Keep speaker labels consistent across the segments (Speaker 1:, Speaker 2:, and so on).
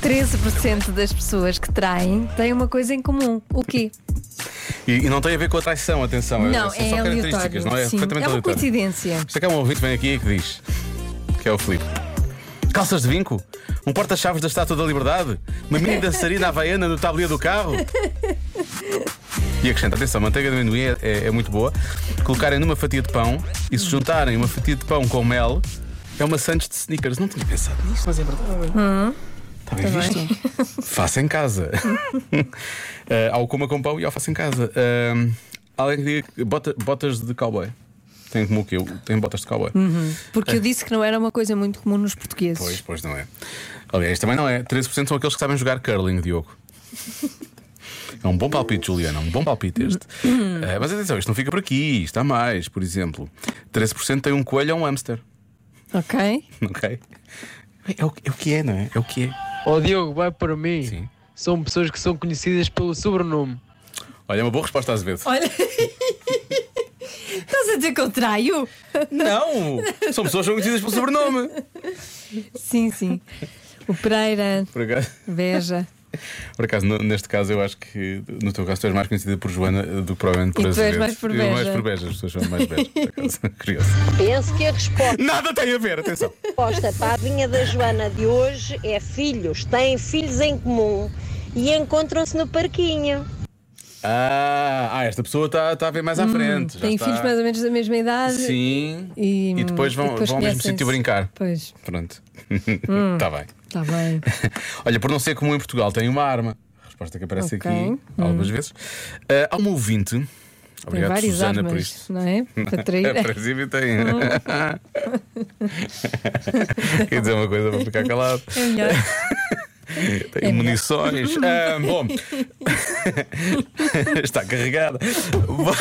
Speaker 1: 13% das pessoas que traem têm uma coisa em comum. O quê?
Speaker 2: E, e não tem a ver com a traição, atenção.
Speaker 1: Não,
Speaker 2: são
Speaker 1: é
Speaker 2: só
Speaker 1: aleatório.
Speaker 2: características, não é?
Speaker 1: sim. é uma
Speaker 2: Perfeitamente aleatório.
Speaker 1: coincidência.
Speaker 2: Isto é que há um ouvinte que vem aqui e que diz: que é o Filipe. Calças de vinco? Um porta-chaves da Estátua da Liberdade? Uma mini dançarina havaiana no tabuleiro do carro? E acrescenta, atenção, a manteiga de amendoim é, é- é muito boa. Colocarem numa fatia de pão e se juntarem uma fatia de pão com mel, é uma Santos de sneakers. Não tinha pensado nisto, mas é verdade. Está bem visto? Faça em casa. Eh, Há o coma com pão e ao faça em casa. Ahm, alguém que diga que bota- botas de cowboy. Tem como o quê? Tem botas de cowboy.
Speaker 1: Porque eu disse que não era uma coisa muito comum nos portugueses.
Speaker 2: Pois, pois não é. Aliás, também não é. 13% são aqueles que sabem jogar curling, Diogo. É um bom palpite, Juliana, um bom palpite este. Eh, mas atenção, isto não fica por aqui, isto há mais, por exemplo. 13% tem um coelho ou um hamster,
Speaker 1: Ok?
Speaker 2: ok? É o, é o que é, não é? É o que é.
Speaker 3: Ó Diogo, vai para mim.
Speaker 2: Sim.
Speaker 3: São pessoas que são conhecidas pelo sobrenome.
Speaker 2: Olha, é uma boa resposta às vezes.
Speaker 1: Olha. Estás a dizer que eu traio?
Speaker 2: Não! São pessoas que são conhecidas pelo sobrenome.
Speaker 1: Sim, sim. O Pereira,
Speaker 2: Por acaso,
Speaker 1: Veja.
Speaker 2: por acaso, no- neste caso, eu acho que no teu caso tu és mais conhecida por Joana eh, do que provavelmente por
Speaker 1: E tu és
Speaker 2: Azevedo.
Speaker 1: mais por
Speaker 2: Eu
Speaker 1: Beja.
Speaker 2: mais por Beja, as pessoas são mais beijas, por acaso. Curioso.
Speaker 4: Penso que a resposta
Speaker 2: Nada tem a ver, atenção.
Speaker 4: para a vinha da Joana de hoje é filhos. Têm filhos em comum e encontram-se no parquinho.
Speaker 2: Ah, ah, esta pessoa está a ver mais à frente. já
Speaker 1: Hum, Tem
Speaker 2: está.
Speaker 1: filhos mais ou menos da mesma idade.
Speaker 2: Sim.
Speaker 1: E,
Speaker 2: E, depois vão,
Speaker 1: e depois Hum.
Speaker 2: vão ao mesmo
Speaker 1: conhecem-se.
Speaker 2: sítio brincar.
Speaker 1: Pois,
Speaker 2: Pronto. Está bem.
Speaker 1: está bem.
Speaker 2: Olha, por não ser comum em Portugal, tem uma arma. Resposta que aparece
Speaker 1: Ok. Hum.
Speaker 2: aqui algumas vezes. Ah, há uma ouvinte.
Speaker 1: Tem
Speaker 2: Obrigado,
Speaker 1: várias
Speaker 2: Susana, por
Speaker 1: armas,
Speaker 2: isto.
Speaker 1: não é? Para
Speaker 2: A
Speaker 1: trair.
Speaker 2: princípio tem. Quer dizer uma coisa, vou ficar calado.
Speaker 1: É melhor. É
Speaker 2: Tem munições. Ah, bom, está carregada. Bom.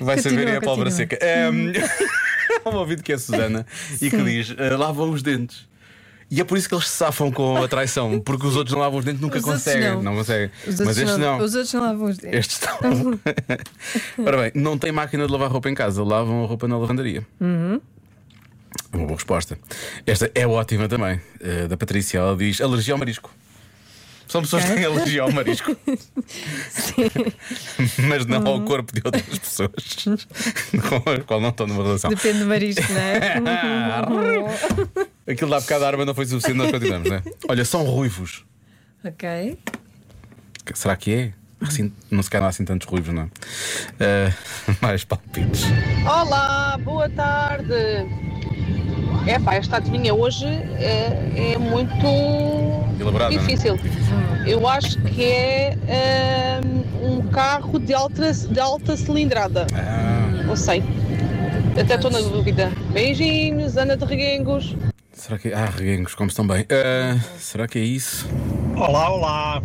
Speaker 2: Vai saber
Speaker 1: Continua,
Speaker 2: é a
Speaker 1: continua.
Speaker 2: pólvora seca. Um, Há um ouvido que é a Susana e que diz: "Ah, lavam os dentes. E é por isso que eles se safam com a traição, porque os outros não lavam os dentes, nunca
Speaker 1: Os outros
Speaker 2: conseguem.
Speaker 1: não.
Speaker 2: conseguem.
Speaker 1: Os
Speaker 2: Mas
Speaker 1: outros,
Speaker 2: estes
Speaker 1: não,
Speaker 2: não.
Speaker 1: os outros não lavam os dentes.
Speaker 2: Estes estão. Ora bem, não tem máquina de lavar roupa em casa, lavam a roupa na lavandaria. É Uma boa resposta. Esta é ótima também, eh, da Patrícia. Ela diz alergia ao marisco. São pessoas que têm alergia ao marisco, mas não ao corpo de outras pessoas com as qual não estão numa relação.
Speaker 1: Depende do marisco, não é?
Speaker 2: Aquilo lá bocado a arma não foi suficiente, nós continuamos, não é? Olha, são ruivos.
Speaker 1: ok.
Speaker 2: Que- Será que é? Assim, não se calhar não há assim tantos ruivos, não é? Eh, mais palpites.
Speaker 5: Olá, boa tarde. É pá, esta adivinha hoje é, é muito
Speaker 2: Elaborada, não é?
Speaker 5: difícil. Eu acho que é hum, um carro de alta, de alta cilindrada.
Speaker 2: Ah.
Speaker 5: Não sei. Até estou na dúvida. Beijinhos, Ana de Reguengos.
Speaker 2: Será que. Ah, reguengos, como estão bem. Ah, será que é isso?
Speaker 6: Olá, olá.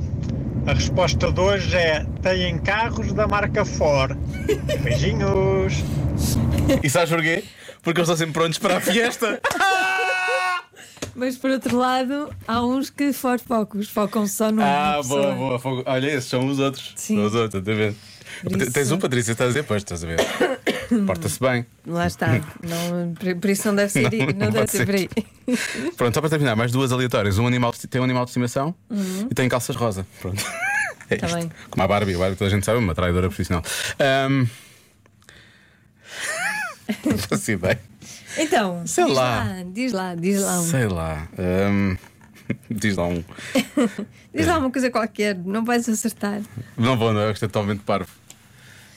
Speaker 6: A resposta de hoje é: têm carros da marca Ford. Beijinhos.
Speaker 2: E sabes porquê? Porque eles estão sempre prontos para a fiesta.
Speaker 1: Mas por outro lado, há uns que for focos, focam só no.
Speaker 2: ah, boa, boa. fogo. Olha, esses são os outros.
Speaker 1: Sim.
Speaker 2: São os outros, estás a ver?
Speaker 1: Por isso-
Speaker 2: Tens um, Patrícia, estás a dizer? Pois, estás a ver. Porta-se bem.
Speaker 1: Lá está. Não, por por isso não deve ser,
Speaker 2: Não,
Speaker 1: não,
Speaker 2: não
Speaker 1: deve
Speaker 2: pode
Speaker 1: ser por aí.
Speaker 2: Pronto, só para terminar, mais duas aleatórias. Um animal, tem um animal de estimação e tem calças rosa. Pronto. É
Speaker 1: Uhum. Tá
Speaker 2: isto.
Speaker 1: bem.
Speaker 2: Como a Barbie, a Barbie toda a gente sabe, é uma traidora profissional. Ahm. Não faço ideia.
Speaker 1: Então,
Speaker 2: Sei
Speaker 1: diz
Speaker 2: lá.
Speaker 1: diz lá, diz lá, um-
Speaker 2: Sei lá. Ahm. Diz lá um.
Speaker 1: diz lá uma coisa qualquer, não vais acertar.
Speaker 2: Não vou, não, é? eu gostei totalmente parvo.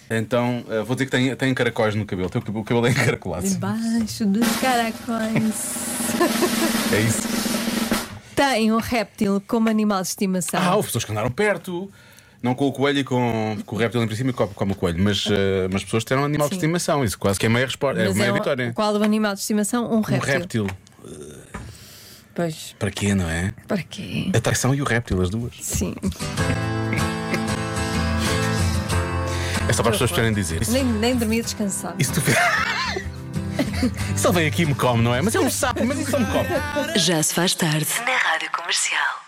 Speaker 2: Então, eh, vou dizer que tem, tem caracóis no cabelo. Tem o cabelo- o cabelo é encaracolado.
Speaker 1: Debaixo dos caracóis
Speaker 2: É isso.
Speaker 1: tem um réptil como animal de estimação.
Speaker 2: Ah, houve pessoas que andaram perto. Não com o coelho e com, com o réptil em princípio, como, como o coelho. Mas, eh, mas pessoas tiveram um animal de
Speaker 1: Sim.
Speaker 2: estimação. Isso quase que é meia resposta. É
Speaker 1: Mas
Speaker 2: meia
Speaker 1: um-
Speaker 2: vitória.
Speaker 1: Qual o animal de estimação? Um
Speaker 2: Um
Speaker 1: réptil.
Speaker 2: réptil.
Speaker 1: Pois,
Speaker 2: Para quê, não é?
Speaker 1: para quê?
Speaker 2: A traição e o réptil, as duas.
Speaker 1: Sim.
Speaker 2: É só para as pessoas poderem dizer. Isso,
Speaker 1: Nem, nem dormia descansado.
Speaker 2: isso tu Só vem aqui e me come, não é? Mas é um sapo, mas isso não me come.
Speaker 7: Já se faz tarde na Rádio Comercial.